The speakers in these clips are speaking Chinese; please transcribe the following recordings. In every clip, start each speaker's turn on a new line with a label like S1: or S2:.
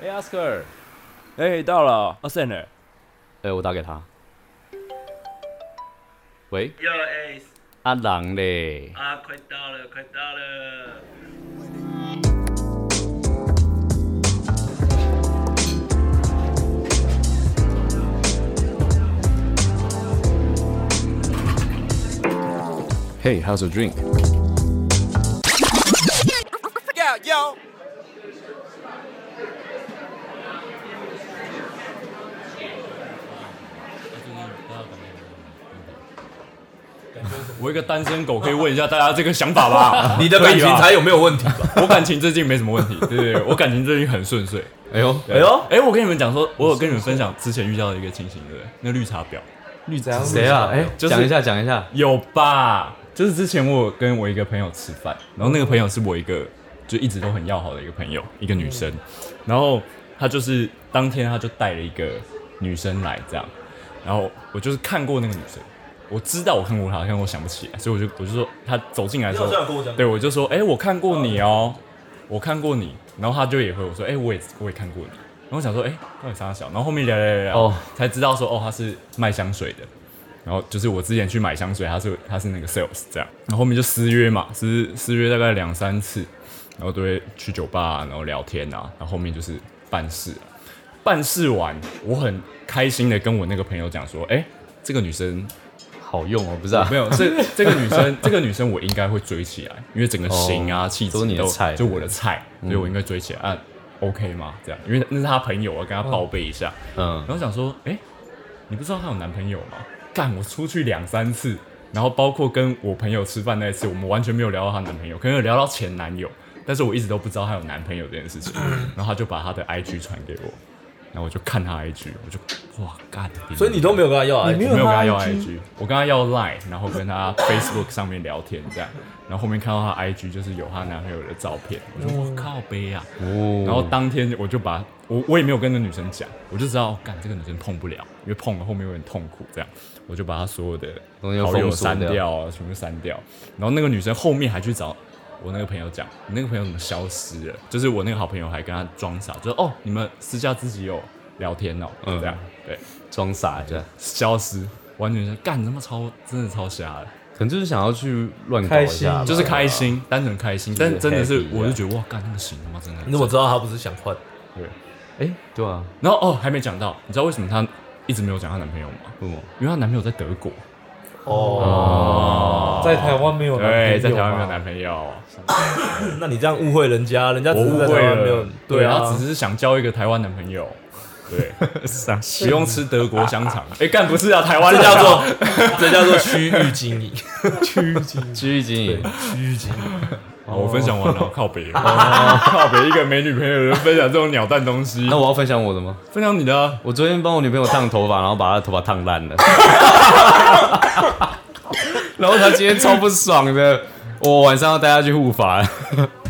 S1: 哎、o s c a r 哎、到了 a s c e n d e r
S2: 哎、我打给他。喂，
S3: 哟哎，
S2: 阿郎嘞，
S3: 啊，快到了，快到了！
S4: Hey, how's a drink?
S2: 我一个单身狗可以问一下大家这个想法吧？
S5: 你的
S2: 可
S5: 感
S2: 以
S5: 情
S2: 吧
S5: 才有没有问题吧？
S2: 我感情最近没什么问题，对对对，我感情最近很顺遂。
S5: 哎呦，
S2: 哎呦，哎、我跟你们讲说，我有跟你们分享之前遇到的一个情形，对不对？那绿茶婊
S6: 绿怎样？
S5: 谁啊？哎，
S2: 就是
S5: 讲一下，讲一下。
S2: 有吧？就是之前我有跟我一个朋友吃饭，然后那个朋友是我一个就一直都很要好的一个朋友，一个女生，然后她就是当天她就带了一个女生来这样，然后我就是看过那个女生。我知道我看过她，但我想不起来，所以我就我就说她走进来的时候，对我就说，哎、我看过你哦、我看过你，然后他就也回我说，哎、我也我也看过你，然后我想说，哎、到底啥小？然后后面聊聊聊聊，
S5: 哦
S2: 才知道说，哦，他是卖香水的，然后就是我之前去买香水，他是他是那个 sales 这样，然后后面就私约嘛，私私约大概两三次，然后都会去酒吧、啊，然后聊天啊，然后后面就是办事、啊，办事完，我很开心的跟我那个朋友讲说，哎、这个女生
S5: 好用哦，不是啊
S2: 没？有，这这个女 生，这个女生我应该会追起来，因为整个型啊、
S5: 哦
S2: 气质
S5: 都是你的菜嗯
S2: 就我的菜，所以我应该追起来啊。OK 吗？这样，因为那是她朋友，我要跟她报备一下。
S5: 嗯
S2: 然，后想说，哎、你不知道她有男朋友吗？干，我出去两三次，然后包括跟我朋友吃饭那一次，我们完全没有聊到她男朋友，可能有聊到前男友，但是我一直都不知道她有男朋友这件事情。
S5: 嗯
S2: 然后她就把她的 IG 传给我，然后我就看她 IG，我就哇干，
S5: 所以你都没有跟他要啊？
S6: 你没有
S2: 我没有跟他要
S6: 他
S2: IG，我跟他要 Line，然后跟他 Facebook 上面聊天这样，然后后面看到他 IG 就是有她男朋友的照片，我就
S5: 嗯
S2: 我靠背啊，
S5: 哦
S2: 然后当天我就把我我也没有跟那女生讲，我就知道哦干这个女生碰不了，因为碰了后面会很痛苦这样，我就把她所有的
S5: 东西都
S2: 好友
S5: 封锁
S2: 删
S5: 掉
S2: 掉啊，全部删掉，然后那个女生后面还去找。我那个朋友讲，你那个朋友怎么消失了？就是我那个好朋友还跟他装傻，就说哦，你们私下自己有聊天哦，
S5: 嗯
S2: 这样对，
S5: 装傻一下，
S2: 消失，完全是干他妈超真的超瞎的，
S5: 可能就是想要去乱搞
S6: 开
S5: 一
S6: 心
S5: 下吧，
S2: 就是开心，单纯开心，但真的是
S5: 啊 happy 啊
S2: 我就觉得哇，干那个行他妈真的很
S6: 你怎么知道他不是想换？
S2: 对？
S5: 哎，对啊，
S2: 然后哦还没讲到，你知道为什么她一直没有讲她男朋友吗？
S5: 为什么？
S2: 因为她男朋友在德国，
S6: 哦，在台湾没有男朋友啊
S2: 对，
S6: 嘛
S2: 在台湾没有男朋友，
S6: 那你这样误会人家，人家
S2: 我
S6: 只是
S2: 误
S6: 在
S2: 会
S6: 台湾没有
S2: 了，，
S6: 对
S2: 她
S6: 啊，
S2: 只是想交一个台湾男朋友，对， 不用吃德国香肠，哎，干不是啊，台湾人
S6: 这叫
S2: 啊
S6: 做 这叫做区域经营，区域经营，
S5: 区域经营，
S6: 区域经营，
S2: 哦我分享完了，靠 北，哦靠北一个没女朋友的人分享这种鸟蛋东 西
S5: 那，我要分享我的吗？
S2: 分享你的啊。
S5: 我昨天帮我女朋友烫头发，然后把她的头发烫烂 了，然后她今天超不爽的，我晚上要带她去护发，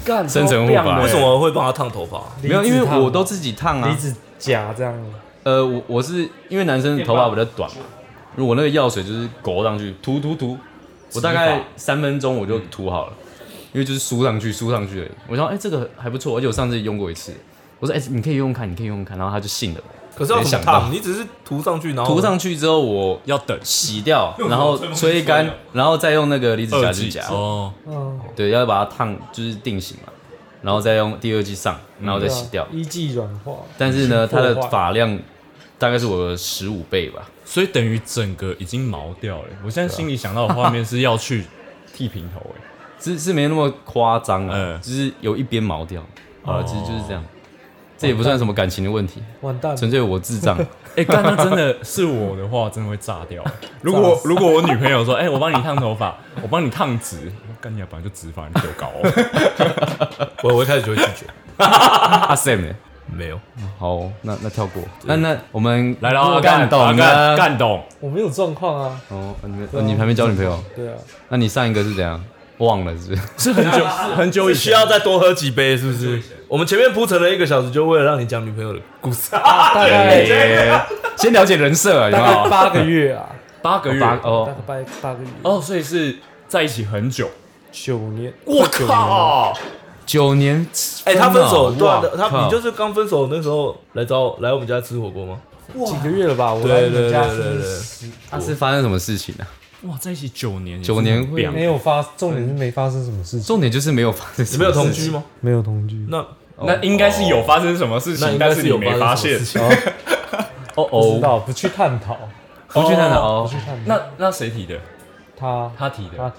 S6: 干
S5: 深层护发。
S6: 为什？么会帮他烫头发？
S5: 没有，因为我都自己烫啊
S6: 离。子夹这样，
S5: 呃，我我是因为男生的头发比较短嘛，如果那个药水就是勾上去涂涂涂，我大概三分钟我就涂好了，因为就是梳上去梳上去而已。我想，哎、这个还不错，而且我上次用过一次，我说，哎、你可以用用看，你可以用用看，然后他就信了我。
S6: 可是要
S5: 没
S6: 怎
S5: 想
S6: 么
S5: 到
S6: 烫？你只是涂上去，然后
S5: 涂上去之后，我
S2: 要等
S5: 洗掉，然后吹干，
S6: 啊
S5: 然后再用那个离子夹
S2: 二
S5: 去
S2: 季
S5: 夹，
S2: 哦，
S6: 嗯
S5: 对，要把它烫，就是定型嘛，然后再用第二季上，然
S6: 嗯
S5: 后再洗掉。
S6: 啊一剂软化，
S5: 但是呢，它
S6: 破
S5: 的
S6: 坏
S5: 发量大概是我的十五倍吧。
S2: 所以等于整个已经毛掉了。我
S6: 啊
S2: 现在心里想到的画面是要去剃平头，哎，
S5: 是是没那么夸张啊，
S2: 嗯
S5: 就是有一边毛掉，啊，其实就是这样，这也不算什么感情的问题，
S6: 完蛋了，
S5: 纯粹我智障。
S2: 哎，但那真的是我的话，真的会炸掉。如果如果我女朋友说，哎，我帮你烫头发，我帮你烫直，我干你啊，本来就直发，你就高哦。
S6: 我我一开始就会拒 绝，啊
S5: 阿 Sam，欸
S6: 没有，
S5: 好哦，那那跳过，那那我们
S2: 来了，
S5: 干
S2: 懂
S5: 懂
S2: 干
S5: 了，
S2: 干懂，
S7: 我没有状况啊，
S5: 哦，你们哦你还没交女朋友？
S7: 对啊，
S5: 那你上一个是怎样？忘了是不是？
S2: 是很 久很久以
S6: 需
S2: 前。
S6: 要再多喝几杯，是不是？我们前面铺陈了一个小时，就为了让你讲女朋友的故事。
S7: 大概
S5: 哎先了解人设啊，有
S7: 大
S5: 没
S7: 概
S5: 有？
S7: 八个月啊，
S2: 八个月
S5: 八
S7: 大
S5: 哦，
S7: 概八八个月，
S2: 哦，所以是在一起很久。
S7: 九年，
S2: 我靠，
S5: 九年，
S6: 哎，他分手，对啊
S5: 哦哇，
S6: 他
S5: 靠
S6: 你就是刚分手那时候来找我来我们家吃火锅吗？
S7: 几个月了吧？我来
S6: 对
S7: 你们
S6: 对对
S7: 家
S6: 对
S7: 是
S6: 对，
S5: 他是发生什么事情啊？
S2: 哇，在一起九年，
S5: 九年会
S2: 两
S7: 没有发，重点是没发生什么事情，
S5: 重点就是没有发生什
S6: 你
S5: 么事情，
S6: 们有同居吗？
S7: 没有同居。
S6: 那
S2: 那应该是有发生什么事
S6: 那
S2: 情，
S6: 应该
S2: 但是
S6: 是
S2: 你
S6: 有
S2: 没发现。
S6: 生什么事情
S5: 哦
S7: 不知
S5: 哦，
S7: 道，不去探讨，
S5: 同居在哪？
S2: 哦
S5: 哦
S7: 不去，探讨。
S2: 那那谁提的？
S7: 他
S2: 他提
S7: 他
S2: 的，
S7: 提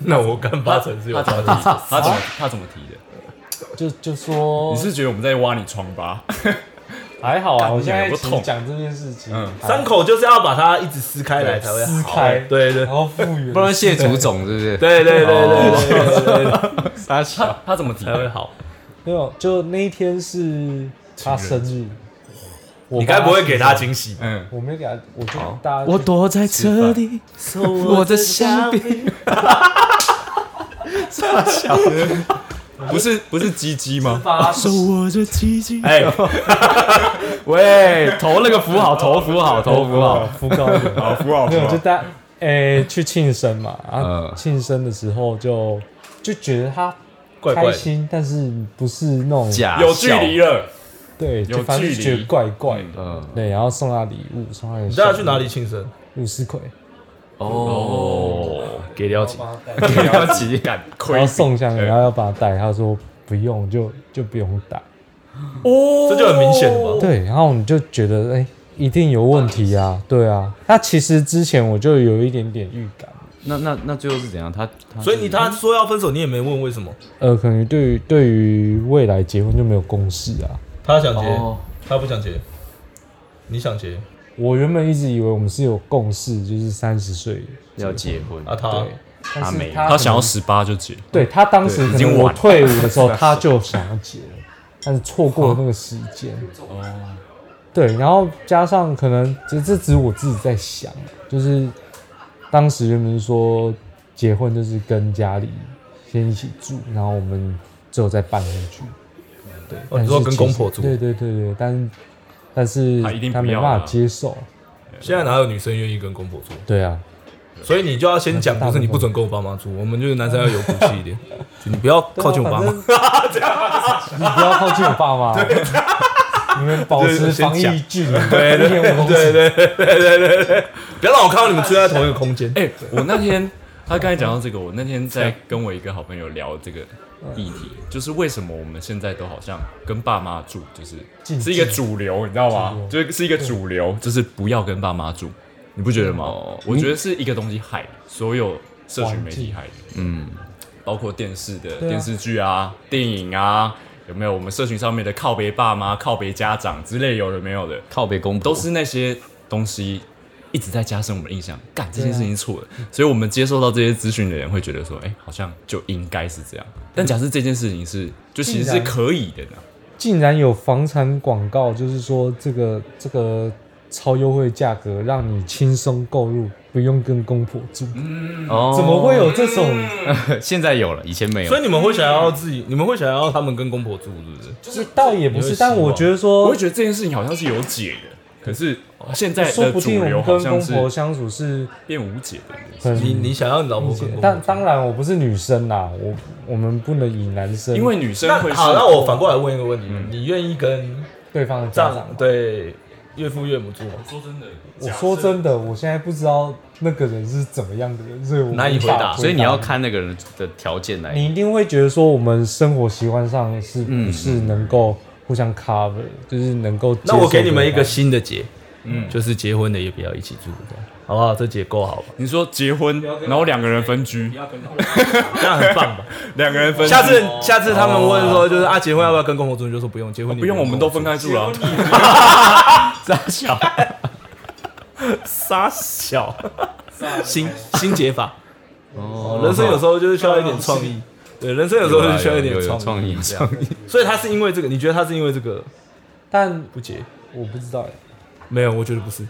S6: 那我干八
S2: 他
S6: 成是
S2: 他
S6: 有
S2: 怎么提的？他怎么他怎么提的？
S7: 的，就就说
S2: 你是觉得我们在挖你疮疤？
S7: 还好啊。
S2: 干
S7: 我现在
S2: 我
S7: 其实
S2: 痛
S7: 讲这件事情
S2: 嗯，
S7: 还
S6: 伤口就是要把它一直撕开来才会
S7: 撕
S6: 好。
S7: 开，
S6: 对对
S7: 欸然后复 原，
S5: 不然谢祖总是不是？
S6: 对对对对对对对对，
S5: 傻小
S2: 他他怎么提
S6: 才会
S2: 的？
S6: 好。
S7: 没有，就那一天是他生日，我
S6: 你
S7: 帮
S6: 该不会给他
S7: 庆
S6: 惊喜吧？
S2: 嗯，
S7: 祝？我没有给他，我就大家
S5: 我躲在这里，我的香槟。 傻小，
S2: 不是不是鸡鸡吗？
S7: 发
S5: 手握着鸡鸡。
S6: 哎，
S5: 喂，头那个扶好，头扶好，头扶
S6: 哦
S5: 好。
S7: 福呃高一点，
S2: 好，扶好
S7: 没
S2: 扶
S7: 有，就
S2: 好。
S7: 大诶去庆生嘛，啊
S5: 嗯，
S7: 庆生的时候就就觉得他
S6: 怪怪
S7: 开
S6: 的
S7: 心，但是不是那种
S5: 假
S2: 有距离
S5: 了。
S2: 了，
S7: 对，
S2: 有
S7: 就反正
S2: 距
S7: 就觉
S2: 离
S7: 得怪怪的，
S5: 嗯，
S7: 对，然后送他礼物，送他你
S6: 你带他去哪里？庆生？
S7: 五十块，
S5: 哦，
S6: 给了解。
S2: 不要 急，敢
S7: 然
S2: 亏
S7: 后送香，然后要把他带，他说不用，就就不用带，
S6: 这就很明显了吧？
S7: 对，然后你就觉得哎、一定有问题啊，对啊，那其实之前我就有一点点预感，
S5: 那那那最后是怎样？他他
S6: 所以你他说要分手，你也没问为什么，
S7: 呃，可能对于对于未来结婚就没有共识啊。
S6: 他想结，
S5: 哦，
S6: 他不想结，你想结
S7: 我原本一直以为我们是有共识，就是三十岁，
S5: 要结婚
S6: 啊？他
S7: 对，但是
S5: 没
S7: 他
S2: 他想要
S7: 可能
S2: 十八就结，
S7: 对他当时
S2: 对已
S7: 可
S2: 经
S7: 能
S2: 晚
S7: 我
S2: 了
S7: 退伍的时候他就想要结了，但是错过了那个时间。哦，对，然后加上可能这这只是我自己在想，就是当时原本是说结婚就是跟家里先一起住，然后我们最后再搬回去。对，
S6: 哦你说
S7: 但
S6: 跟
S7: 是其实
S6: 公婆住
S7: 对对对对，但但是
S2: 他一定
S7: 他
S2: 不
S7: 没
S2: 要
S7: 办
S2: 啊
S7: 法接受。
S6: 现在哪有女生愿意跟公婆住？
S7: 对啊，
S6: 所以你就要先讲，不是你不准跟我爸妈住，我们就是男生要有骨气一点， 就你不要靠近我爸妈。
S7: 你不要靠近我爸妈，你们保持防疫距离， 对对对
S6: 对对对对对对，不要让我看到你们住在同一个空间。
S2: 哎、我那天他刚才讲到这个，我那天在跟我一个好朋友聊这个议题，就是为什么我们现在都好像跟爸妈住，就是
S7: 禁
S2: 是一个
S7: 忌
S2: 主流，你知道吗？就是是一个主流，就是不要跟爸妈住，你不觉得吗？我觉得是一个东西害的所有社群媒体害的，
S5: 嗯，
S2: 包括电视的、
S7: 啊
S2: 电视剧啊、电影啊，有没有我们社群上面的靠别爸妈、靠别家长之类，有的没有的，
S5: 靠北公婆
S2: 都是那些东西一直在加深我们的印象，干这件事情是错的，所以我们接受到这些资讯的人会觉得说，哎、好像就应该是这样。但假设这件事情是，就其实是可以的呢，
S7: 竟然有房产广告，就是说这个这个超优惠价格让你轻松购入，不用跟公婆住，
S5: 哦
S7: 怎么会有这种？
S5: 现在有了，以前没有
S6: 所以。你们会想要自己，你们会想要他们跟公婆住，是不是？
S7: 这倒也不
S6: 有
S7: 是，
S6: 希望
S7: 但我觉得
S2: 我
S7: 说
S2: 会，觉得这件事情好像是有解的，可是现在
S7: 说
S2: 的
S7: 不
S2: 主
S7: 定我
S2: 流
S7: 们
S2: 好
S7: 跟
S2: 像
S7: 公
S2: 是
S7: 婆相处是
S2: 变无解的。
S7: 很
S6: 你你想要你老婆跟
S7: 理解
S6: 公婆，
S7: 但当然我不是女生啦，我我们不能以男生
S2: 因为女生
S6: 那
S2: 会是
S6: 好，那我反过来问一个问题：你愿意跟
S7: 对方的家
S6: 丈
S7: 长。
S6: 对岳父岳母住吗？
S7: 我说真的，我现在不知道那个人是怎么样的人，所以我
S6: 难以
S7: 无法
S6: 回答
S5: 所以你要看那个人的条件来。
S7: 你一定会觉得说，我们生活习惯上是不是能够互相 cover，、就是能够接受
S6: 那
S7: 对方。
S6: 我给你们一个新的结，嗯，就是结婚的也不要一起住，这样好不好？这结够好 吧？
S2: 你说结婚，然后两个人分居，
S6: 这样很棒吧？
S2: 两个人分居，
S6: 下次下次他们问说，就是啊，结婚要不要跟公婆住？你就说不用，结婚你
S2: 不用，我们都分开住啊了。
S6: 傻小，傻小，新新解法。哦，人生有时候就是需要一点创意，对，人生有时候就是需要一点
S5: 有有有
S6: 创
S5: 创意
S6: 这
S5: 有
S6: 样所以他是因为这个，你觉得他是因为这个
S7: 但
S6: 不结？
S7: 我不知道哎、
S6: 没有，我觉得不是，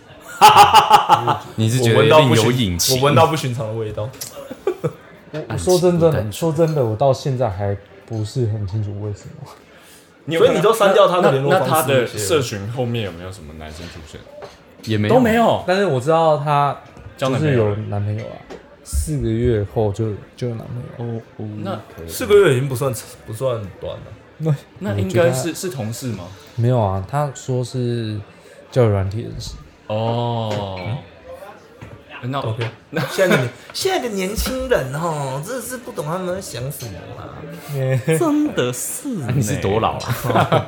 S5: 你是
S6: 我
S5: 觉得
S6: 闻到不
S5: 另
S6: 寻
S5: 有隐情？
S6: 我闻到不寻常的味道。
S7: 我
S6: 啊
S7: 我说真的，
S5: 单纯
S7: 说真的，我到现在还不是很清楚为什么。
S2: 你有
S6: 所以你都删掉他的联络
S2: 那
S6: 方
S2: 那
S6: 式
S2: 他的
S6: 那些
S2: 社群后面有没有什么男生出现？
S5: 也没
S2: 都没有，
S7: 但是我知道她
S2: 交
S7: 就
S2: 男朋
S7: 是
S2: 友
S7: 有
S2: 了
S7: 男朋友啊，四个月后就就有男朋友。
S5: 哦哦，
S2: 那
S6: 四个月已经不算不算短了。
S2: 那应该是是同事吗？
S7: 没有啊，他说是交友软体认识。
S2: 哦，那 OK，
S6: 那现在的现在的年轻人哦，真的是不懂他们在想什么啦、
S5: 真的是， 你是多老啊？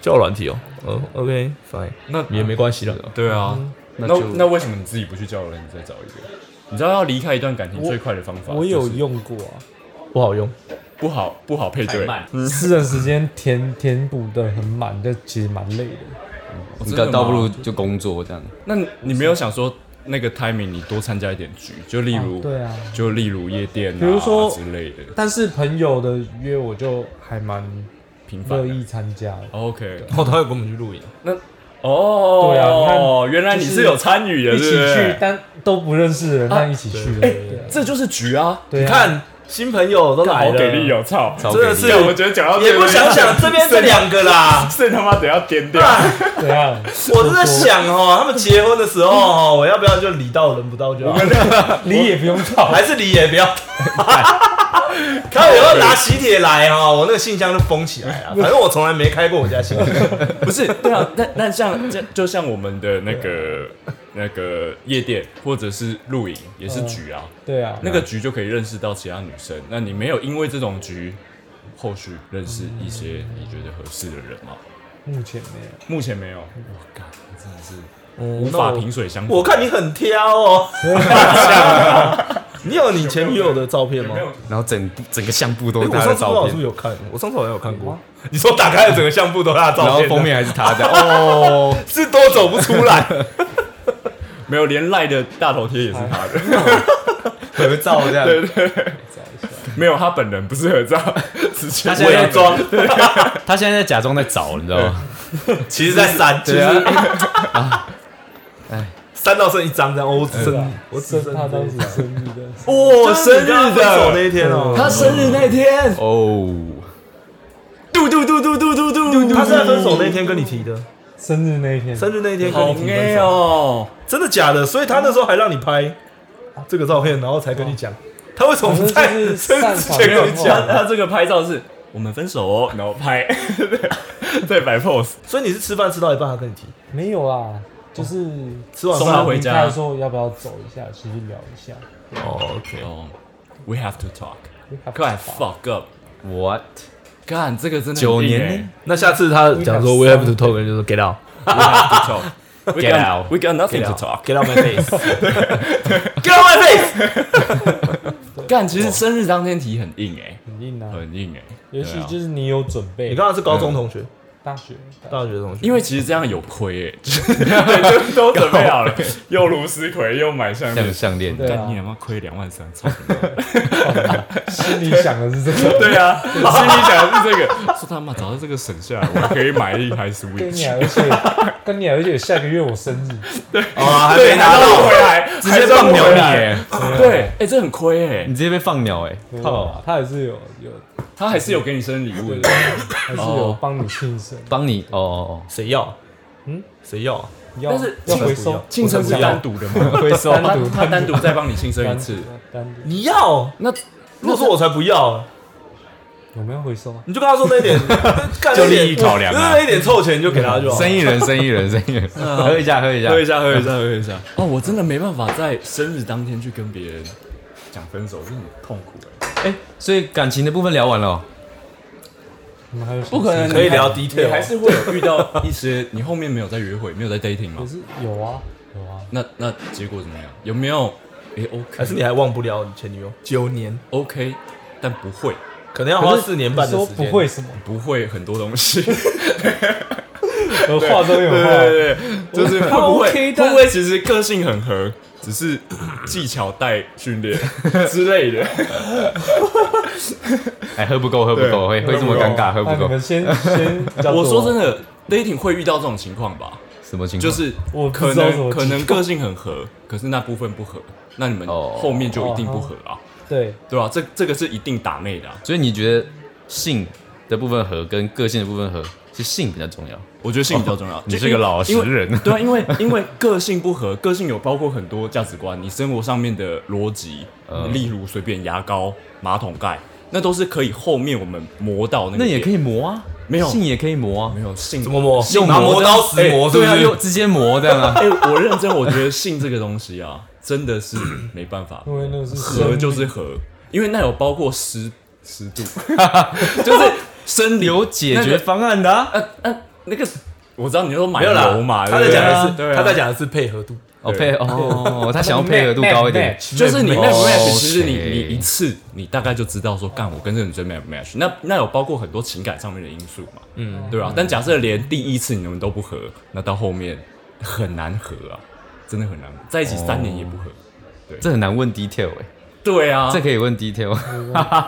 S6: 叫软体哦，哦，OK fine，
S2: 那
S6: 也没关系了。
S2: 对啊，那
S5: 就
S2: 那为什么你自己不去交友软体再找一个？你知道要离开一段感情
S7: 我
S2: 最快的方法，
S7: 我有用过啊，
S6: 不好用，
S2: 不好不好配对，嗯
S7: 私人时间填填补的很满，这其实蛮累的。
S2: 哦
S5: 你
S2: 真
S5: 倒
S2: 的
S5: 倒不
S2: 吗
S5: 如就工作这样。
S2: 那你你没有想说那个 timing 你多参加一点局，就例如、
S7: 啊对啊
S2: 就例如夜店啊，
S7: 比如说
S2: 之类的，
S7: 但是朋友的约我就还蛮
S2: 频繁
S7: 乐
S2: 的。哦
S7: 意参加的。
S6: 哦
S2: OK，
S6: 然后他会跟我们去露营，
S2: 哦，
S7: 对啊你看
S2: 哦，原来你是有参与的，
S7: 一
S2: 对
S7: 起
S2: 不对
S7: 去，但都不认识的人，但一起去。对啊
S2: 这就是局啊，
S7: 对
S6: 你
S7: 啊，
S6: 看新朋友都来
S2: 好
S6: 了，
S2: 给力哦，操！
S5: 超
S6: 真的
S5: 给
S6: 是
S5: 力
S2: 对，我觉得讲到
S6: 也
S2: 这
S6: 不
S2: 个
S6: 想想这边这两个 啦。
S2: 剩他妈得要颠掉，
S7: 怎样？
S6: 我是在想哦，他们结婚的时候哦，我要不要就礼到人不到就好，
S7: 你也不用跑，
S6: 还是礼也不 要。他以后拿喜帖来哦，我那个信箱就封起来了。反正我从来没开过我家信箱。
S2: 不是对啊，那那 像这就像我们的那个那个夜店或者是露营也是局啊，
S7: 对啊，
S2: 那个局就可以认识到其他女生。那你没有因为这种局，后续认识一些你觉得合适的人吗？
S7: 目前没有。
S2: 目前没有。我靠，真的是无法萍水相逢。
S6: 我看你很挑 哦，你有你前女友的照片吗？
S5: 然后整整个相簿都
S6: 诶
S5: 是
S6: 我
S5: 他
S6: 上
S5: 的
S6: 次好
S5: 照
S6: 像是不是
S5: 片，
S6: 有看，我上次好像有看过。你说打开了整个相簿都是他的照
S5: 然
S6: 片，
S5: 后封面还是他的。哦，
S6: 是都走不出 来，
S2: 没有，连赖的大头贴也是他的。
S5: 合照这样。
S2: 没有，他本人不是合照， 直接
S5: 他现在
S2: 伪装。
S5: 他现在在假装在找，你知道吗？
S6: 其实在删，其
S5: 对啊
S6: 实，删到剩一张这样，哦我只剩我只
S7: 生
S6: 剩
S7: 他
S6: 这
S7: 当
S6: 一
S7: 时
S6: 张
S7: 生日的，
S2: 我生
S6: 就是你跟他分手那一天哦，他
S2: 生日那天，
S5: 哦，
S2: 嘟嘟嘟嘟嘟嘟嘟，
S6: 他是在分手那天跟你提的，
S7: 生日那一天，
S6: 生日那一天跟
S2: 好
S6: 你提分
S2: 没
S6: 手，
S2: 哦。
S6: 真的假的？所以他那时候还让你拍这个照片，然后才跟你讲，他为什么不在
S7: 反正就是
S6: 生日之前
S7: 散发
S6: 跟你
S7: 状
S6: 讲
S7: 况？
S2: 他这个拍照是我们分手哦，然后拍， 再摆 pose。
S6: 所以你是吃饭吃到一半，他跟你提，
S7: 没有啦，就是
S6: 哦吃完
S2: 送他
S6: 饭
S2: 回
S7: 离
S2: 家
S7: 开的时候要不要走一下，出去聊一下？
S6: 哦，OK，
S2: 哦，We have to talk. God
S7: 啊
S2: fuck up.
S5: 我
S2: 干，这个真的很
S5: 九
S2: 硬
S5: 年
S2: 欸
S5: 呢
S6: 那下次他讲说 we have to talk，你就说 get out，get
S2: We have to talk. We
S5: Get
S2: got-
S5: out.
S2: We got nothing to
S6: out.
S2: talk.
S6: out my face，
S2: Get out my face. 干，其实生日当天题很硬哎，
S7: 很硬啊，
S2: 很硬哎。
S7: 尤其
S2: 对啊
S7: 就是你有准备。
S6: 你刚刚是高中同学，
S7: 大学，
S6: 大学同学，
S2: 因为其实这样有亏哎，就是对，就是都准备好了，又卢思奎又买项
S5: 像
S2: 链，
S5: 项链，
S7: 对
S2: 干
S7: 啊
S2: 你，他妈亏两万三，操！
S7: 心里想的是这个，
S2: 对 啊，心里想的是这个，说他妈早知道这个省下来，我可以买一台
S7: 跟你
S2: Switch
S7: 啊。而且跟你啊而且下个月我生日，
S5: 哦，还
S2: 对，啊
S5: 没
S2: 拿
S5: 拿
S2: 到
S5: 到，
S2: 回来，
S5: 直接放鸟
S2: 回
S5: 你
S2: 来。
S5: 耶，
S2: 对，哎、这很亏哎、
S5: 你直接被放鸟哎，
S7: 靠，他还是有有
S2: 他还是有给你生日礼物
S7: 对
S2: 的，
S7: 还是有帮你庆生，
S5: 帮你哦哦
S6: 谁要？
S7: 嗯
S6: 嗯，谁要？
S7: 要
S2: 但是
S7: 要
S2: 庆
S7: 回
S6: 生不
S7: 收
S6: 要，
S2: 庆生是单独的吗？
S5: 哦，回收
S2: 他他单独再帮你庆生一
S7: 单
S2: 次
S7: 独，单独，
S6: 你要？
S2: 那
S6: 如果说我才不要，
S7: 有没有回收啊？
S6: 你就跟他说那一点，干
S5: 就利益考量啊
S6: 就是那一点臭钱你就给他就好。
S5: 生意人，生意人，生意人，喝一下，喝一下，
S2: 下，喝一下，喝一下。哦，我真的没办法在生日当天去跟别人讲分手，真的很痛苦哎、
S5: 哎，所以感情的部分聊完了哦，
S7: 你们还有什么
S2: 不可能，
S6: 可以聊
S2: 你
S6: detail，
S2: 还是会有遇到一些你后面没有在约会，没有在 dating
S7: 可
S2: 吗？
S7: 是有啊有啊，
S2: 那那结果怎么样？有没有？哎、o k
S6: 还是你还忘不了你前女友九年，
S2: OK，但不会，
S6: 可能要花四年半
S7: 你
S6: 的
S7: 说
S6: 时
S7: 不
S6: 间。
S7: 会什么，
S2: 不会很多东西。
S7: 我话都有
S2: 对
S7: 话，
S2: 对对，就是会不会
S7: OK，
S2: 会
S7: 但
S2: 不会其实个性很合，只是技巧带训练之类的。
S5: 哎，喝不够，喝不够，会
S2: 对
S5: 会这么尴尬，啊喝不
S7: 那你
S5: 够，
S7: 们先先，
S2: 我说真
S7: 的，
S2: 的，dating 会遇到这种情况吧？
S5: 什么情况？
S2: 就是
S7: 我不
S2: 可
S7: 知道怎
S2: 能
S7: 么
S2: 可能
S7: 去
S2: 个性很合，可是那部分不合，那你们
S5: 哦
S2: 后面就一定不合啊，
S7: 对
S2: 对吧、这这个是一定打妹的啊、
S5: 所以你觉得性的部分合跟个性的部分合，是性比较重要。
S2: 我觉得性比较重要。
S5: 你
S2: 就是
S5: 个老实
S2: 因为
S5: 人
S2: 对啊，因为 因为个性不合，个性有包括很多价值观，你生活上面的逻辑，例如随便牙膏、马桶盖，那都是可以后面我们磨到那个
S5: 那
S2: 点。
S5: 也可以磨啊，
S2: 没有
S5: 性也可以磨啊，
S2: 没有性
S6: 怎么磨？
S5: 用
S6: 拿磨
S5: 的
S6: 刀石磨，是不
S5: 对啊，
S6: 是？
S5: 用直接磨这 样啊。
S2: 哎、我认真，我觉得性这个东西啊，真的是没办法，
S7: 因为那个是生
S2: 合
S7: 命
S2: 就是合，因为那有包括湿湿度，
S5: 就是
S2: 生
S5: 有解决方案的、啊
S2: 那个，我知道你说买
S6: 没有
S2: 油
S6: 啦
S2: 嘛，，
S6: 他
S2: 对
S6: 在
S2: 不对
S6: 讲的
S2: 对
S6: 是
S2: 啊
S6: 他在讲的是配合度，
S5: 哦配哦，他想要配合度高一点，
S2: 就是你 match
S5: 哦
S2: match，其实你
S5: 谁
S2: 你一次你大概就知道说，干我跟这个女生 match 不 match，那那有包括很多情感上面的因素嘛，嗯，对啊。但假设连第一次你们都不合，那到后面很难合啊，真的很难合，在一起三年也不合。
S5: 这很难问 detail 哎、
S2: 对啊，
S5: 这可以问 detail。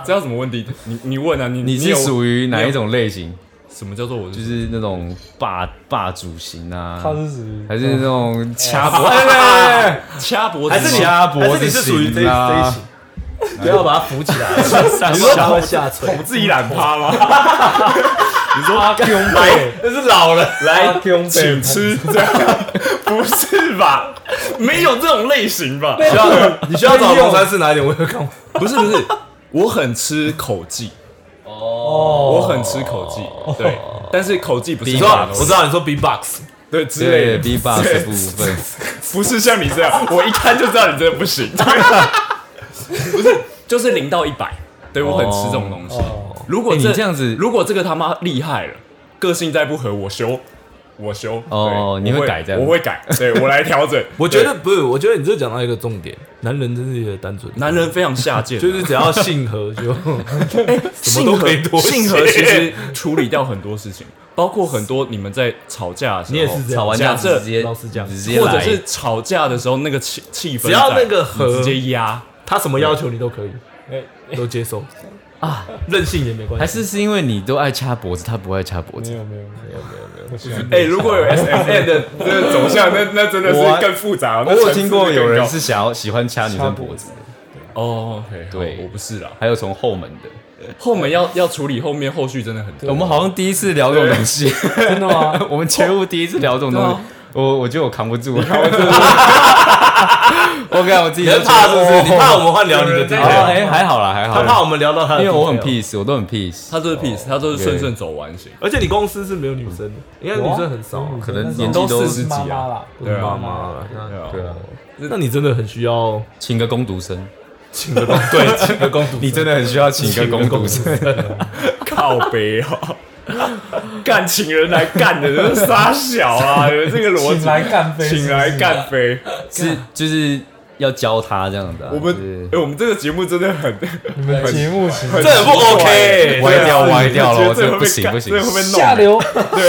S2: 这要什么问题？你你问啊，你
S5: 你是
S2: 有
S5: 属于哪一种类型？
S2: 什么叫做我
S5: 就
S2: 就是
S5: 是那种霸霸主型啊，
S7: 他是属于
S5: 还是那种掐
S2: 哎
S5: 脖？
S2: 掐脖
S6: 还是
S2: 子
S6: 你
S2: 吗？
S5: 掐脖子
S6: 还是你是属于这一
S5: 型啊
S6: 这一型？不要把它扶起来，你说把我下垂， 我自己懒趴吗？
S2: 你说阿 Q
S6: 那是老了，来，
S2: 请吃，这样不是吧？没有这种类型吧？
S6: 需要你需要找龙山寺拿一点威尔康。
S2: 不是不是，我很吃口技，
S7: 哦，
S2: 我很吃口技，对，但是口技不是
S6: 你
S2: 一
S6: 说
S2: 般的
S6: 我知道你说 B box，。
S2: 对之类
S5: 对
S2: 的，
S5: B box 的部分，
S2: 不是像你这样，我一看就知道你真的不 行。不是，就是零到一百，对我很吃这种东西。如果
S5: 欸
S2: 这
S5: 你这样子
S2: 如果这个他妈厉害了，个性再不合，我修，我修。
S5: 哦
S2: 对
S5: 你会
S2: 我
S5: 改这样
S2: 我会改，对我来调 整
S6: 我觉得
S2: 对
S6: 不是，我觉得你这讲到一个重点，男人真是有点单纯，
S2: 男人非常下贱，
S6: 就是只要性合 就哎
S2: 性
S6: 都
S2: 合
S6: 可以妥协
S2: 性合其实处理掉很多事 情，包括很多你们在吵架的时候，
S6: 你也是这样
S5: 吵完架
S2: 假设
S5: 直接
S6: 老实讲
S5: 直接
S2: 或者
S5: 来，
S2: 是吵架的时候那个气气氛在，
S6: 只要那个合
S2: 你直接压，
S6: 他什么要求你都可以，都接受啊，任性也没关
S5: 还
S6: 系。
S5: 是是因为你都爱掐脖子，他不爱掐脖
S7: 没
S5: 子。
S7: 有没有没有没有没有，
S2: 哎、如 果有 S M N 的这个走向，那那真的
S5: 我
S2: 是
S5: 还
S2: 更复杂。
S5: 我
S2: 那
S5: 有
S2: 层次
S5: 听过
S2: 更
S5: 有人
S2: 高
S5: 是想要喜欢掐女生脖子，
S2: 哦，OK，好
S5: 对
S2: 我不是啦。
S5: 还有从后门的。
S2: 后面要要处理后面后续真的很
S5: 我
S2: 多，
S5: 们好像第一次聊这种东西，
S7: 真的吗？
S5: 我们全部第一次聊这种东西
S2: 对啊，
S5: 我我觉得我扛不住，我扛不 住。我感觉我自己
S6: 你
S5: 都
S6: 很怕是不是？你怕我们换聊你的
S5: 哦
S6: detail，
S5: 哎，还好啦，还好
S6: 他
S5: 啦。
S6: 怕我们聊到他的哦
S5: 因
S6: detail，
S5: 为我很 peace，我都很 peace，
S2: 他就是 peace，他都是顺顺走完型。
S6: 而且你公司是没有女生的，应该女生很少啊，
S5: 可能
S7: 年
S5: 年
S7: 纪
S5: 纪
S7: 都
S5: 都
S7: 是
S5: 40
S7: 妈
S5: 几
S7: 妈
S5: 啊
S7: 啦，
S6: 对啊，
S7: 妈妈啦。
S6: 那
S2: 对
S5: 对啊，
S6: 那你真的很需要
S5: 请个攻读生，
S6: 请个公，对，请个公主，
S5: 你真的很需要请个攻读生，
S2: 靠背哦， 干情人来干的，这是傻小 啊！你们这个逻辑，
S7: 请来干杯，
S2: 请来干杯。
S5: 是就是要教他这样的啊。
S2: 我
S5: 就是
S2: 们哎，我们这个节目真的很
S7: 你们节目请
S6: 这很不 OK，
S5: 歪掉歪掉了，
S2: 我
S5: 我
S2: 觉得
S5: 这
S2: 这
S5: 不行不行
S2: 这。会被弄
S7: 下流，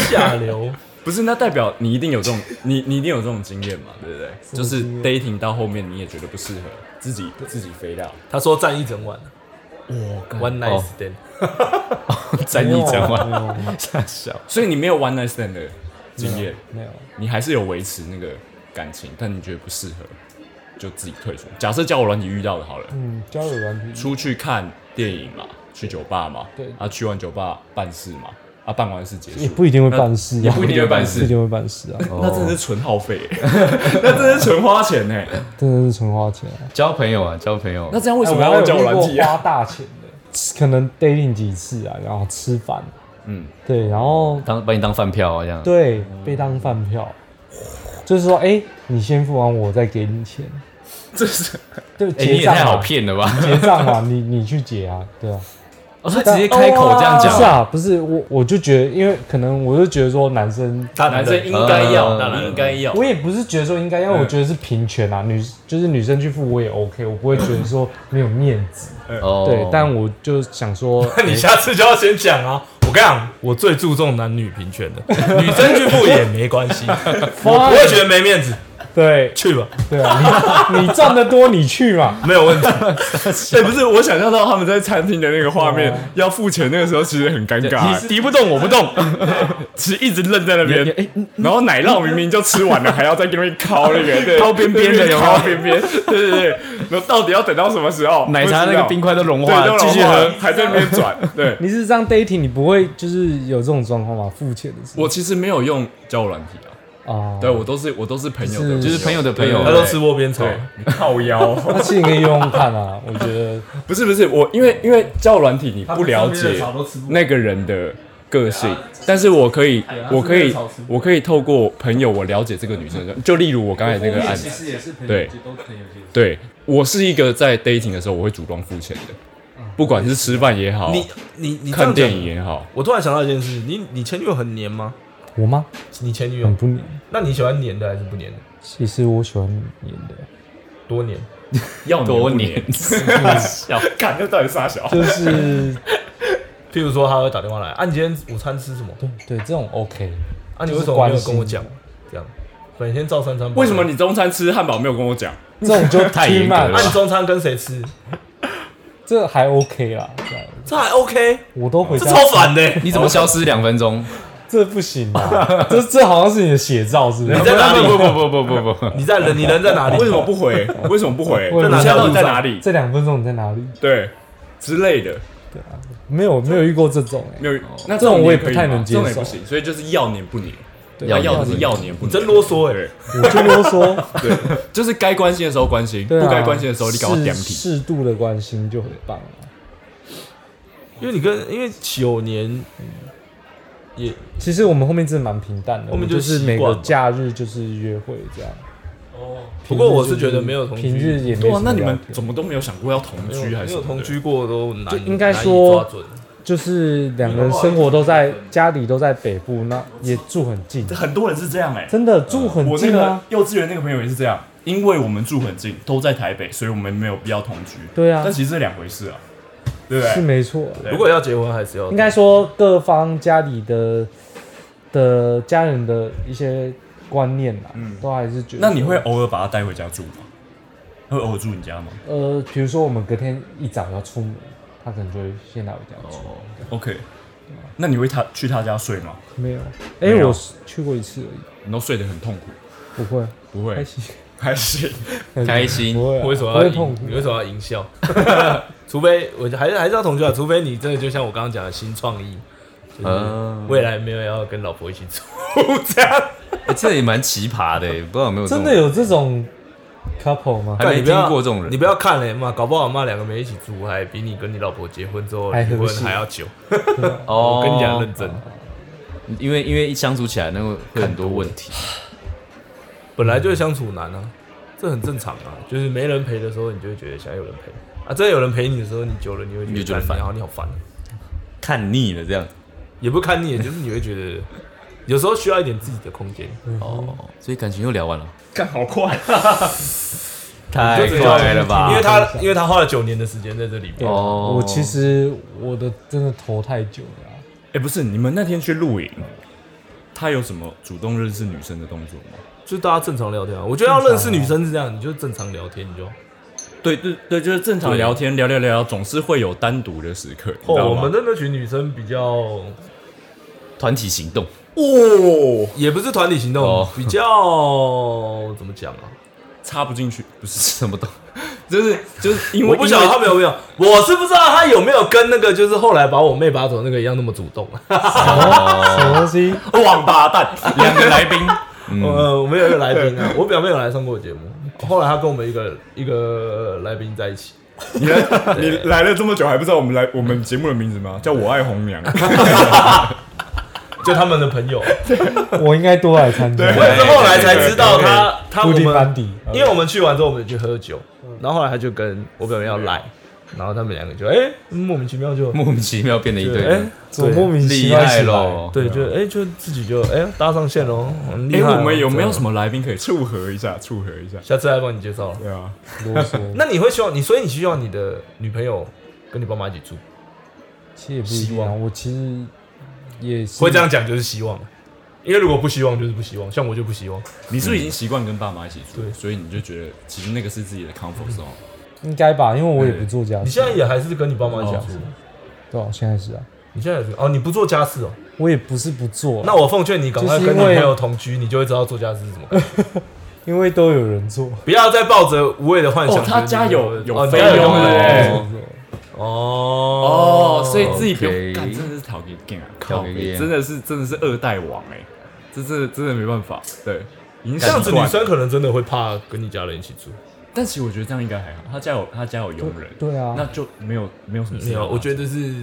S6: 下 流，
S2: 不是，那代表你一定有这种，你你一定有这种经验嘛，对不对？就是
S7: 经验
S2: dating 到后面你也觉得不适合，自己自己飞掉。
S6: 他说站一整晚，one night
S5: 哦
S6: stand，
S5: 战役讲完，
S7: 没有
S5: 吓笑。
S2: 所以你没有 one night stand 的经验，
S7: 没有，
S2: 你还是有维持那个感情，但你觉得不适合，就自己退出。假设交友软体遇到的好了，
S7: 嗯，交友软体
S2: 出去看电影嘛，去酒吧嘛，
S7: 对
S2: 啊，去完酒吧办事嘛，啊，办完事结束，
S7: 也不一定会办事啊，
S2: 也不一定会办事
S7: 不一定会办事啊，
S2: 那真的是纯耗费欸、 那真的是纯花钱呢、欸
S7: 真的是纯花钱啊。
S5: 交朋友啊，交朋友。
S2: 那这样为什么
S7: 哎我还
S2: 要
S7: 有
S2: 交友软
S7: 遇
S2: 体
S7: 过
S2: 啊？
S7: 花 大钱的，可能 dating 几次啊，然后吃饭，
S2: 嗯，
S7: 对，然后
S5: 当把你当饭票啊，这样。
S7: 对被当饭票，就是说，哎，你先付完，我再给你钱，
S2: 这是
S7: 对，
S5: 哎，你
S7: 结
S5: 也
S7: 账
S5: 太好
S7: 啊，
S5: 骗了吧！
S7: 结账啊，你你去结啊，对啊。
S5: 哦，他直接开口这样
S7: 不
S5: 讲
S7: 是，啊，不是我，我就觉得，因为可能我就觉得说男生，
S6: 大
S2: 男
S6: 男
S2: 生
S6: 生
S2: 应该要，
S5: 嗯
S2: 应该要。
S7: 我也不是觉得说应该，因为我
S2: 嗯
S7: 觉得是平权啊，女就是女生去付我也 OK，我不会觉得说没有面子，
S5: 哦，
S7: 对，但我就想 说，
S6: 那你下次就要先讲啊！我跟你讲，我最注重男女平权的，女生去付也没关系，我不
S7: 我
S6: 会觉得没面子。
S7: 对
S2: 去吧，
S7: 对 啊，你你赚的多，你去嘛。
S2: 没有问题。 哎，不是，我想象到他们在餐厅的那个画面，要付钱那个时候其实很尴尬，哎敌不动我不动，只一直愣在那边。然后奶酪明明就吃完了，还要在那边敲那个，对
S5: 敲边边的有没
S2: 敲
S5: 有
S2: 边边，对对对。然后到底要等到什么时候？
S5: 奶茶那个冰块都融化
S2: 对
S5: 了，
S2: 都
S5: 继续喝。，
S2: 还在那边转。对，
S7: 你是这样 dating，你不会就是有这种状况吗？付钱的时候
S2: 我其实没有用交友软体啊，
S7: 哦，
S2: 对我都是我都是朋友的，
S7: 就是
S5: 就是朋友的朋友
S2: 对
S6: 他
S2: 对
S6: 都
S2: 对
S6: 吃窝边草，
S2: 对靠腰。
S7: 那其实你可以用用看啊，我觉得
S2: 不是不是，我因为因为交友软体你不了
S6: 他们上面
S2: 解
S6: 的草都吃不完
S2: 那个人的个性，但是我可以我可以
S6: 他们上面的草吃不
S2: 我可以透过朋友我了解这个女生的，就例如我刚才那个案子，
S6: 也是朋
S2: 对
S6: 都朋友介
S2: 对我是一个在 dating 的时候我会主动付钱的，不管是吃饭也好，
S6: 你你你这
S2: 看
S6: 样
S2: 电影
S6: 讲，
S2: 也好，
S6: 我突然想到一件事，你你前女友很黏吗？
S7: 我吗？
S6: 你前女友
S7: 很，
S2: 嗯
S7: 不黏。
S6: 那你喜欢黏的还是不黏的？
S7: 其实我喜欢黏的，
S6: 多黏，
S2: 要
S5: 多年，
S2: 看这到底啥小？
S7: 就是
S6: 譬如说他会打电话来，啊，你今天午餐吃什么？
S7: 对对这种 OK。
S6: 啊，你为什么没有跟我讲？这样，本天照三餐。
S2: 为什么？你中餐吃汉堡没有跟我讲？
S7: 这种就
S5: 太严格了
S7: too
S6: 啊，
S7: much，
S6: 你中餐跟谁吃？
S7: 这还 OK 啦，这样
S6: 这还 OK，
S7: 我都回
S6: 这
S7: 家
S6: 超烦的。
S5: 你怎么消失两分钟？
S7: 这不行啊， 这这好像是你的写照，是不
S6: 你
S7: 是？
S6: 在哪里？
S5: 不不不不不不，
S6: 你在人，你人在哪里？
S2: 为什么不回？为什么不回？
S7: 我也
S2: 你
S7: 不知
S2: 现在
S7: 道
S2: 到底在哪里？
S7: 这两分钟你在哪里？
S2: 对，之类的。
S7: 没有没有遇过这种哎、
S2: 没有，那
S7: 这种我也不
S2: 可以
S7: 太
S2: 吗
S7: 能接
S2: 这种也哦不
S7: 受
S2: 行，所以就是要黏不黏，
S7: 对
S2: 要要
S5: 黏
S2: 的
S5: 不
S2: 是
S5: 黏
S2: 要黏不黏，
S6: 你真啰嗦哎
S2: 对！
S7: 我就啰嗦，
S2: 对，欸 就是该关心的时候关心，
S7: 对啊，
S2: 不该关心的时候你搞
S7: 适
S2: 点皮。
S7: 适度的关心就很棒了、
S6: 因为你跟因为九年也
S7: 其实我们后面真的蛮平淡的，
S6: 后面
S7: 我们
S6: 就是习
S7: 每
S6: 惯
S7: 个
S6: 嘛
S7: 假日就是约会这样。
S6: 不过我是觉得没有同居
S7: 平日也没什
S2: 哇
S7: 么，
S2: 那你们
S7: 聊天
S2: 怎么都没有想过要同居还是
S6: 没
S2: 什么
S6: 有
S2: 的
S6: 同居？过都难，
S7: 就应该说
S6: 难以抓准
S7: 就是两个人生活都在家里都在北部，那也住很近，
S2: 很多人是这样哎，
S7: 真的住很啊
S2: 我那
S7: 近
S2: 个
S7: 啊。
S2: 幼稚园那个朋友也是这样，因为我们住很近，都在台北，所以我们没有必要同居。
S7: 对啊
S2: 但，其实这两回事啊，对不
S7: 是
S2: 对？
S7: 没错啊、
S2: 对
S6: 如果要结婚还是要
S7: 应该说各方家里的的家人的一些观念啦，都还是觉得。
S2: 那你会偶尔把他带回家住吗？会偶尔住你家吗
S7: 呃，比如说我们隔天一早要出门，他可能就会先来我家住。
S2: ？OK，那你会他去他家睡吗？
S7: 没有，哎、
S2: 没有
S7: 我是去过一次而已，
S2: 你都睡得很痛苦，
S7: 不会，
S2: 不会
S7: 开心，
S2: 还是
S5: 开心
S7: 不会啊、
S6: 为什么
S7: 不
S6: 要
S7: 会痛
S6: 赢
S7: 苦？
S6: 你为什么要营销？ 除非我还是还是要同居啊，除非你真的就像我刚刚讲的新创意，就是
S5: 嗯
S6: 未来没有要跟老婆一起住 这样。
S5: 欸这也蛮奇葩的，欸不知道有没有这
S7: 真
S5: 种
S7: 的有这种 couple 吗？
S5: 还没
S6: 你不要
S5: 听过这种人
S6: 你不要看嘞嘛，搞不好妈两个没一起住，还比你跟你老婆结婚之后
S7: 还
S5: 哎
S6: 离
S7: 和
S6: 婚
S7: 谐
S6: 还要久。
S5: 哦
S6: 我跟你讲，认真，
S5: 因为因为一相处起来，那个会很多问题。
S6: 本来就是相处难啊，这很正常啊。就是没人陪的时候，你就会觉得想要有人陪啊；真的有人陪你的时候，你久了你会
S5: 你就
S6: 觉
S5: 觉
S6: 得
S5: 得
S6: 干
S5: 烦
S6: 然后你好烦啊、
S5: 看腻了这样
S6: 也不看腻，就是你会 觉得有时候需要一点自己的空间。
S5: 哦，所以感情又聊完了，
S2: 干 好快。
S5: 太
S6: 就只要
S5: 快了吧？
S6: 因为他因为他花了九年的时间在这里
S7: 对
S6: 面
S7: 啊，
S5: 哦
S7: 我其实我的真的头太久了啊、
S2: 哎、不是，你们那天去露营，他有什么主动认识女生的动作吗？
S6: 就大家正常聊天啊。我觉得要认识女生是这样，你就正常聊天，你就。
S2: 对对对，就是正常聊天聊聊聊，总是会有单独的时刻，你知
S6: 哦，
S2: 道
S6: 我
S2: 吗？
S6: 们的那群女生比较，
S5: 团体行动，
S2: 哦，
S6: 也不是团体行动，
S5: 哦
S6: 比较怎么讲啊？
S2: 插不进去， 不是，
S5: 什么动？
S2: 就是就是因为
S6: 我不晓得他们有没有，我是不知道他有没有跟那个就是后来把我妹拔走那个一样那么主动。
S7: 什么东西？
S2: 因为 王八蛋两个来宾，
S6: 呃，我们有一个来宾啊，我表妹有来上过我节目，后来她跟我们一个一个来宾在一起。
S2: 你来 你来了这么久还不知道我们来我们节目的名字吗？叫我爱红 娘，
S6: 就他们的朋友，
S7: 我应该多来参加。
S6: 我也是后来才知道他他我
S7: 固定班
S6: 们，
S7: 底，
S6: 因为我们去完之后我们就去喝酒，然后后来他就跟我表妹要来，然后他们两个就哎莫名其妙就
S5: 莫名其妙变得一
S6: 就
S5: 对
S6: 哎
S5: 了，
S7: 怎么莫名其
S5: 厉
S7: 妙起
S5: 害
S7: 来
S5: 喽！
S6: 对就哎就自己就哎搭上线喽，很
S2: 哎、
S6: 厉害哦。
S2: 我们有没有什
S6: 么？
S2: 么来宾可以撮合一下？撮合一下，
S6: 下次来帮你介绍了。
S2: 对啊，
S7: 啰嗦，
S6: 那你会希望你，所以你希望你的女朋友跟你爸妈一起住，
S7: 其实也不一定啊。我其实也是
S6: 会这样讲就是希望，因因为如果不希望就是不希望，像我就不希望。
S2: 你是不是已经习惯跟爸妈一起住？
S6: 对
S2: 所以你就觉得其实那个是自己的 comfort zone。
S7: 应该吧，因为我也不做家
S6: 你
S7: 事
S6: 现，在也还是跟你爸妈一起
S2: 哦
S6: 住，
S7: 对啊，我现在是啊，
S6: 你现在也是哦，你不做家事哦。
S7: 我也不是不做啊，
S6: 那我奉劝你赶快
S7: 就是
S6: 跟
S7: 因
S6: 你
S7: 为
S6: 朋友同居，你就会知道做家事是什么感觉。
S7: 因为都有人做，
S6: 不要再抱着无谓的幻想。
S2: 哦他家有有
S6: 哦你
S2: 菲
S6: 家有
S2: 佣
S6: 佣
S2: 对
S6: 人
S2: 哎
S7: 对
S6: 哦
S2: 哦，所以自己不用
S5: OK
S2: 干，真的是讨给 g 啊！
S5: 讨
S2: 靠
S5: 给
S2: 北，
S5: game
S2: 真的是真的是二代王哎，这真的真的没办法，对，已经
S6: 这样子
S2: 习惯
S6: 女
S2: 了
S6: 生可能真的会怕跟你家人一起住。
S2: 但其实我觉得这样应该还好，他家有他家有佣人，
S7: 对啊
S2: 那就没有没有什么事
S6: 没有，我觉
S2: 得
S6: 得是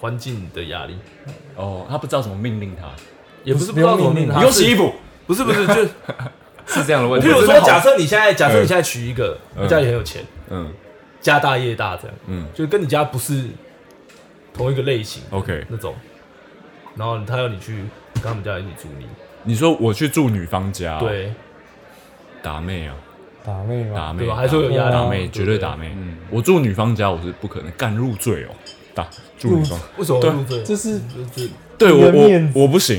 S6: 环境的压力，
S2: 哦，他不知道怎么命令他，
S6: 也不是不
S7: 不是
S6: 知道怎么命令
S7: 不
S6: 他
S2: 你给我洗衣服，
S6: 不是不是，就是
S5: 是这样的问题。
S6: 譬如
S5: 我真
S6: 说，
S5: 的好
S6: 假设你现在假设你现在娶一个家里很有钱，
S2: 嗯
S6: 家大业大这样，
S2: 嗯
S6: 就跟你家不是同一个类型
S2: ，OK，
S6: 那种，然后他要你去跟他们家一起住，你
S2: 你说我去住女方家，，
S6: 对
S2: 打妹啊，
S7: 打妹嘛，
S2: 打妹，
S6: 对吧？啊还是会有压
S2: 打
S6: 力，
S2: 妹，
S6: 对嗯
S2: 绝对打妹，我住女方家我是不可能干入赘哦，打住女方，
S6: 为什么会入赘？
S7: 这是
S6: 就是
S2: 对我
S7: 你的面子
S2: 我我不行，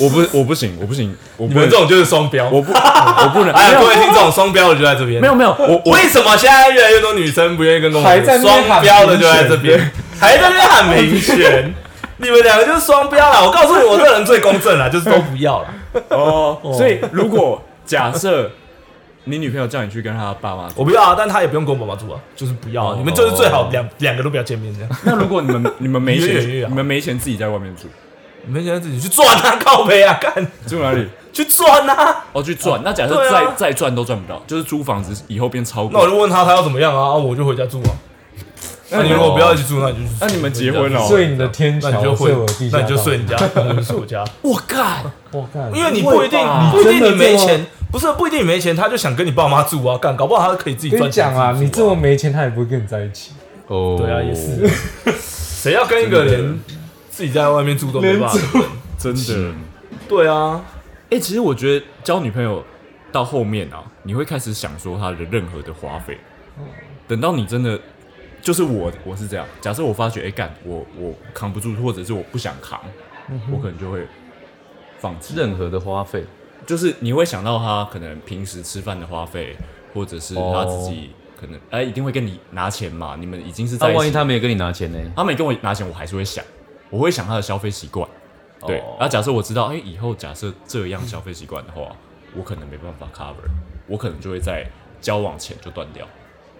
S2: 我不我不行，我不行，我
S6: 你
S2: 不能
S6: 们这，种就是双标，
S2: 我不我不能，
S6: 哎，各位听众，双标的就在这边。
S2: 没有没有，我我
S6: 为什么现在越来越多女生不愿意跟公
S7: 还在那边
S6: 双
S7: 喊
S6: 标的就在这边，还在那边喊明显？ 你们两个就是双标啦！我告诉你，我这个人最公正啦，就是都不要啦。
S2: 哦， 所以如果假设你女朋友叫你去跟她爸妈住，
S6: 我不要啊，但他也不用跟我爸妈住啊，就是不要啊。你们就是最好两两个都不要见面这样。
S2: 那如果你们你们没
S6: 越远越
S2: 钱，
S6: 好
S2: 你们没钱自己在外面住，
S6: 你们现在自己去赚啊，靠背啊，干
S2: 住哪里？
S6: 去赚啊！
S2: 哦，去赚。那假设
S6: 对啊
S2: 再再赚都赚不到，就是租房子以后变超
S6: 那我
S2: 贵。
S6: 就问他，他要怎么样啊？啊我就回家住啊。那你如果不要一起住，那你就去
S2: 那你们结婚了哦
S7: 睡你的天
S6: 那你
S7: 桥，
S6: 就
S7: 睡
S6: 睡
S7: 我的地，下
S6: 那
S7: 道，
S6: 你就睡你家，我就睡我家。
S2: 我靠，
S7: 我干，
S6: 因为你不一定，你不一定你没钱，不是不一定你没钱，他就想跟你爸妈住啊，干，搞不好他可以自己
S7: 跟你
S6: 赚钱
S7: 讲啊，
S6: 自己
S7: 你
S6: 住
S7: 这么没钱，他也不会跟你在一起，
S5: 哦，
S6: 对啊，也是，谁要跟一个人自己在外面住都没办法的人？
S2: 真的。
S6: 对啊，
S2: 哎，其实我觉得交女朋友到后面啊，你会开始想说她的任何的花费，等到你真的。就是我，我是这样。假设我发觉，哎、干，我我扛不住，或者是我不想扛，我可能就会放弃。
S5: 任何的花 费，
S2: 就是你会想到他可能平时吃饭的花费，或者是他自己可能哎、一定会跟你拿钱嘛，你们已经是
S5: 那
S2: 在一起。
S5: 啊万一他没有跟你拿钱呢？
S2: 他没跟我拿钱，我还是会想，我会想他的消费习惯。对，
S6: 哦
S2: 然后假设我知道，哎、以后假设这样消费习惯的话，我可能没办法 cover，我可能就会在交往前就断掉。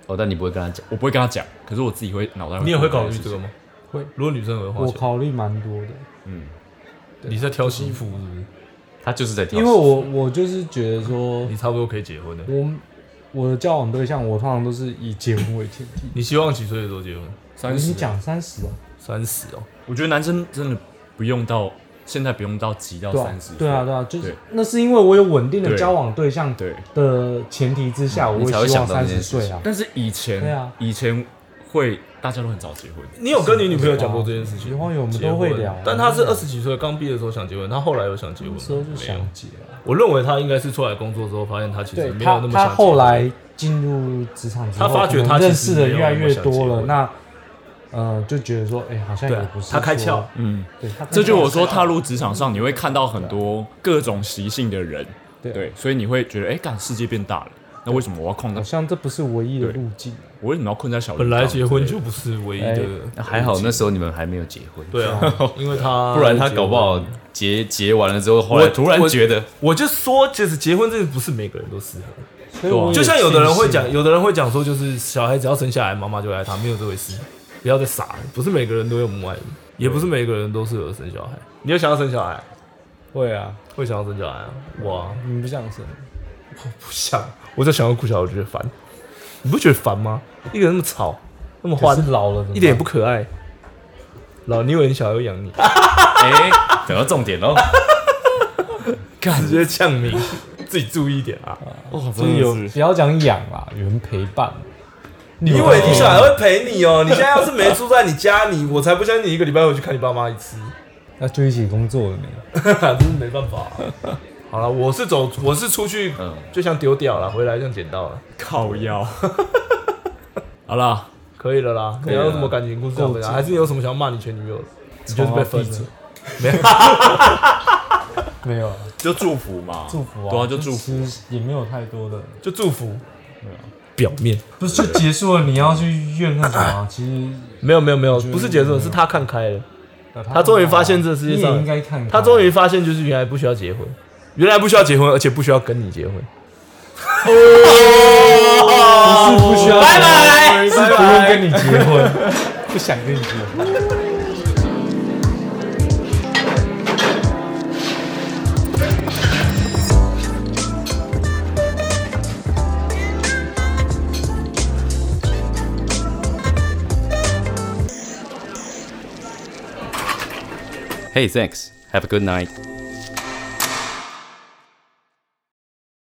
S5: 哦，但你不会跟他讲。
S2: 我不会跟他讲，可是我自己会脑袋。
S6: 你也会考虑这个？吗？
S7: 会，
S6: 如果女生也会花
S7: 我
S6: 钱，
S7: 考虑蛮多的，
S2: 嗯，
S6: 你在挑媳妇是不是？
S5: 他就是在挑
S7: 因为我我就是觉得说
S6: 你，差不多可以结婚了。
S7: 我我的交往对象，我通常都是以结婚为前提。
S6: 你希望几岁的时候结婚？
S2: 三
S7: 你
S2: 十。
S7: 讲三十啊，
S6: 三十哦，
S2: 我觉得男生真的不用到现在不用到急到
S7: 对
S2: 三
S7: 啊
S2: 十、，
S7: 对啊，对啊，就
S2: 对
S7: 是那是因为我有稳定的
S2: 对
S7: 交往对啊象
S2: 对。
S7: 的前提之下，
S5: 嗯
S7: 我
S5: 你才会
S7: 希望
S5: 想到这
S7: 三
S5: 件
S7: 十
S5: 事情
S7: 岁啊。
S2: 但是以前，
S7: 对啊
S2: 以前会大家都很早结婚，
S6: 你有跟你女朋友讲过这件事情？
S7: 有啊有我们都会
S6: 结婚
S7: 聊啊
S6: 但她是二十几岁刚毕业的时候想结婚，她后来有想结婚
S7: 那
S6: 吗？
S7: 时候就
S6: 没有
S7: 想结啊，
S6: 我认为她应该是出来工作之后，发现她其实
S7: 对
S6: 没有
S7: 他
S6: 那么想结婚
S7: 他后来进入职场之后，
S6: 他发觉
S7: 可能
S6: 他其实
S7: 认识的越来越
S6: 没有
S7: 多
S6: 那么想结
S7: 了，
S6: 婚
S7: 那呃就觉得说，哎，好像
S6: 对
S7: 也
S6: 啊
S7: 不是
S6: 他开
S7: 说
S6: 窍，
S2: 嗯，
S7: 对，他开
S2: 这就
S7: 窍
S2: 我说踏入职场上，你会看到很多各种习性的人，
S7: 对
S2: 对，所以你会觉得，哎，干世界变大了，那为什么我要困
S7: 好
S2: 在，
S7: 像这不是唯一的路径，啊
S2: 我为什么要困在小鱼缸
S6: 本来结婚就不是唯一
S7: 哎
S6: 的，
S5: 那还好，那时候你们还没有结婚，
S6: 对啊， 因为他
S5: 不然他搞不好结结完了之后，后来
S6: 我
S5: 突然
S6: 我
S5: 觉得
S6: 我就说，其实结婚真的不是每个人都适合。
S7: 所以我也
S6: 就像有的人会
S7: 庆
S6: 讲，有的人会讲说，就是小孩只要生下来，妈妈就爱他，没有这回事。不要再傻了，不是每个人都有母爱，也不是每个人都适合生小孩。你有想要生小孩？
S7: 幸会啊，
S6: 会想要生小孩啊？我啊
S7: 你不想生，
S6: 不想，我在想要顾小孩，我就觉得烦。你不觉得烦吗？一个人那么吵，那么
S7: 可
S6: 欢
S7: 是，老了怎么
S6: 一点也
S7: 办
S6: 不可爱。老，你以为你小孩会养你？
S5: 哎，等到重点 喽。
S6: 直接呛你，自己注意一点啊！
S7: 就是有不要讲养啦，有人陪伴，
S6: 你以哦为你小孩会陪你哦？你现在要是没住在你家，你我才不相信你一个礼拜回去看你爸妈一次，
S7: 那就一起工作了 没？
S6: 真是没办法、好了，我是走，我是出去
S5: 嗯，
S6: 就像丢掉了，回来像捡到了，
S2: 靠腰。 好啦，
S6: 可以了啦。你要有什么感情故事要分 享？还是你有什么想要骂你前女友的？你就是被分了，没有。
S7: 没有啊，
S2: 就祝福嘛，
S7: 祝福啊，
S2: 对啊，就祝福。
S7: 其实也没有太多的，
S6: 就祝福，表面
S7: 不是就结束了，你要去怨恨什么？啊其实
S6: 没有没有没有，
S7: 得
S6: 不是结束，是他看开了，
S7: 呃
S6: 他终于发现这个世界上
S7: 你也应该看看，
S6: 他终于发现就是原来不需要结婚，原来不需要结婚，而且不需要跟你结婚。
S7: 不是不
S6: 哦
S7: 需要，拜拜，是不用跟你结 婚，不想跟你结婚。
S5: Hey, thanks. Have a good night.